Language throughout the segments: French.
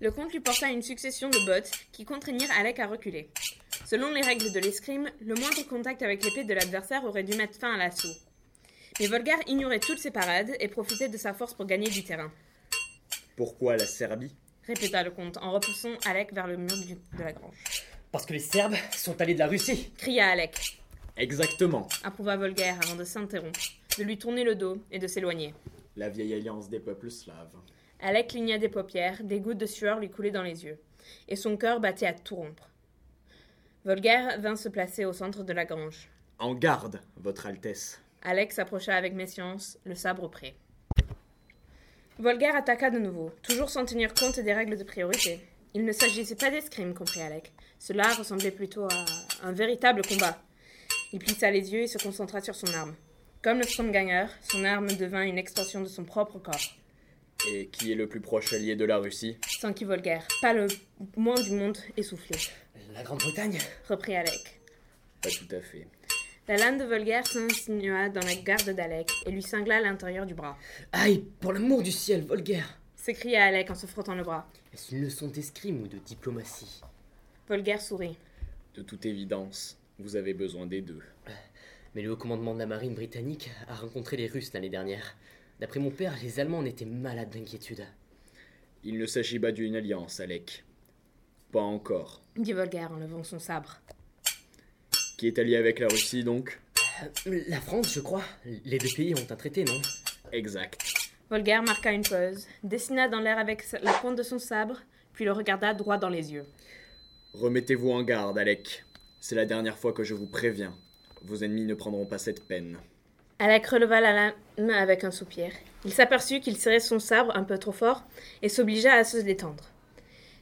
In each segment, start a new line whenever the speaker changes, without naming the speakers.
Le compte lui porta une succession de bottes qui contraignirent Alec à reculer. Selon les règles de l'escrime, le moindre contact avec l'épée de l'adversaire aurait dû mettre fin à l'assaut. Mais Volgar ignorait toutes ces parades et profitait de sa force pour gagner du terrain,
Pourquoi la Serbie
répéta le comte en repoussant Alec vers le mur du- de la grange.
Parce que les Serbes sont allés de la Russie.
Cria Alec,
Exactement.
approuva Volgar avant de s'interrompre, de lui tourner le dos et de s'éloigner.
La vieille alliance des peuples slaves.
Alec cligna des paupières, des gouttes de sueur lui coulaient dans les yeux, et son cœur battait à tout rompre. Volgar vint se placer au centre de la grange.
En garde, Votre Altesse.
Alec s'approcha avec méfiance, le sabre prêt. Volgar attaqua de nouveau, toujours sans tenir compte des règles de priorité. Il ne s'agissait pas d'escrime, comprit Alec. Cela ressemblait plutôt à un véritable combat. Il plissa les yeux et se concentra sur son arme. Comme le Stormganger, son arme devint une extension de son propre corps.
Et qui est le plus proche allié de la Russie
Sans qui Volgar, pas le moins du monde essoufflé,
La Grande-Bretagne
reprit Alec.
Pas tout à fait.
La lame de Volgar s'insinua dans la garde d'Alec et lui cingla l'intérieur du bras.
Aïe, pour l'amour du ciel, Volgaire
S'écria Alec en se frottant le bras.
Est-ce une leçon d'escrime ou de diplomatie
Volgar sourit.
De toute évidence, vous avez besoin des deux.
Mais le haut commandement de la marine britannique a rencontré les Russes l'année dernière. D'après mon père, les Allemands en étaient malades d'inquiétude.
Il ne s'agit pas d'une alliance, Alec. Pas encore.
dit Volgar en levant son sabre.
Qui est allié avec la Russie, donc
Euh, La France, je crois. Les deux pays ont un traité, non
Exact.
Volgar marqua une pause, dessina dans l'air avec sa- la pointe de son sabre, puis le regarda droit dans les yeux.
Remettez-vous en garde, Alec. C'est la dernière fois que je vous préviens. Vos ennemis ne prendront pas cette peine.
Alec releva la lame avec un soupir. Il s'aperçut qu'il serrait son sabre un peu trop fort et s'obligea à se détendre.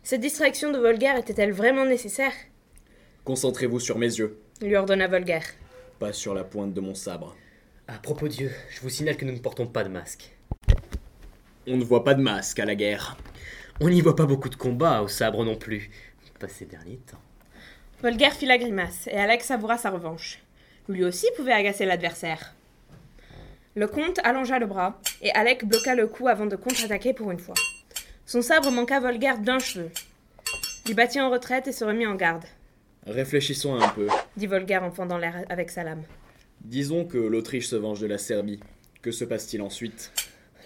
Cette distraction de Volgar était-elle vraiment nécessaire
Concentrez-vous sur mes yeux,
lui ordonna Volgar.
pas sur la pointe de mon sabre.
À propos d'Dieu, je vous signale que nous ne portons pas de masque.
On ne voit pas de masque à la guerre.
On n'y voit pas beaucoup de combats au sabre non plus. Pas ces derniers temps.
Volgar fit la grimace et Alec savoura sa revanche. Lui aussi pouvait agacer l'adversaire. Le comte allongea le bras et Alec bloqua le coup avant de contre-attaquer pour une fois. Son sabre manqua Volgar d'un cheveu. Il battit en retraite et se remit en garde,
Réfléchissons un peu.
dit Volgar en fendant l'air avec sa lame.
Disons que l'Autriche se venge de la Serbie. Que se passe-t-il ensuite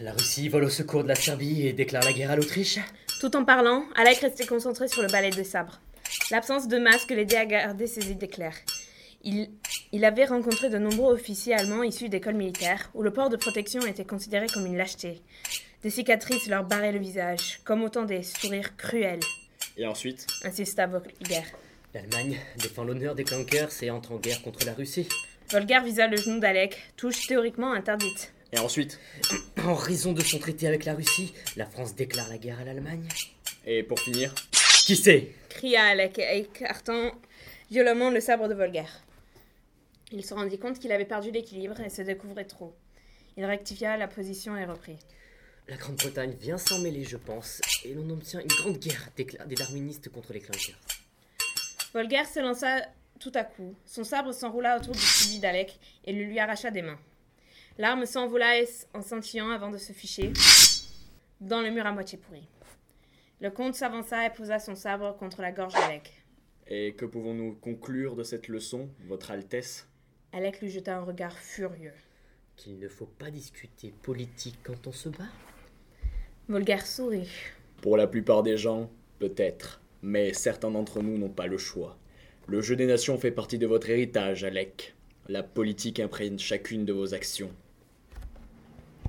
La Russie vole au secours de la Serbie et déclare la guerre à l'Autriche
Tout en parlant, Alec restait concentré sur le balai des sabres. L'absence de masque l'aidait à garder ses idées claires. Il, il avait rencontré de nombreux officiers allemands issus d'écoles militaires où le port de protection était considéré comme une lâcheté. Des cicatrices leur barraient le visage, comme autant des sourires cruels,
Et ensuite
insista Volgar.
L'Allemagne défend l'honneur des cankers et entre en guerre contre la Russie.
Volgar visa le genou d'Alec, touche théoriquement interdite.
Et ensuite
En raison de son traité avec la Russie, la France déclare la guerre à l'Allemagne.
Et pour finir
Qui sait
cria Alec, écartant violemment le sabre de Volgar. Il se rendit compte qu'il avait perdu l'équilibre et se découvrait trop. Il rectifia la position et reprit.
La Grande-Bretagne vient s'en mêler, je pense, et l'on obtient une grande guerre décla- des darwinistes contre les clankers.
Volgar se lança tout à coup. Son sabre s'enroula autour du subi d'Alec et le lui arracha des mains. L'arme s'envola et- en scintillant avant de se ficher dans le mur à moitié pourri. Le comte s'avança et posa son sabre contre la gorge d'Alec.
Et que pouvons-nous conclure de cette leçon, Votre Altesse
Alec lui jeta un regard furieux.
Qu'il ne faut pas discuter politique quand on se bat
Volgar sourit.
Pour la plupart des gens, peut-être. Mais certains d'entre nous n'ont pas le choix. Le jeu des nations fait partie de votre héritage, Alec. La politique imprègne chacune de vos actions.